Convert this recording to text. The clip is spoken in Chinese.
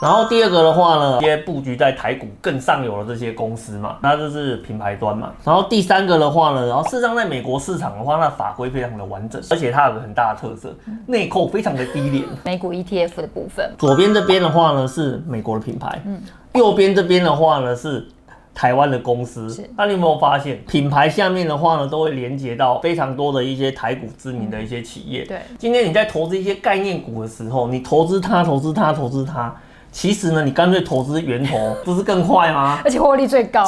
然后第二个的话呢，些布局在台股更上游的这些公司嘛，那这是品牌端嘛。然后第三个的话呢，然后事实上在美国市场的话，那法规非常的完整，而且它有个很大的特色，内扣非常的低廉。美股 ETF 的部分，左边这边的话呢是美国的品牌，右边这边的话呢是。台湾的公司是，那你有没有发现，品牌下面的话呢，都会连接到非常多的一些台股知名的一些企业。对今天你在投资一些概念股的时候，你投资它，投资它，投资它，其实呢，你干脆投资源头，不是更快吗？而且获利最高。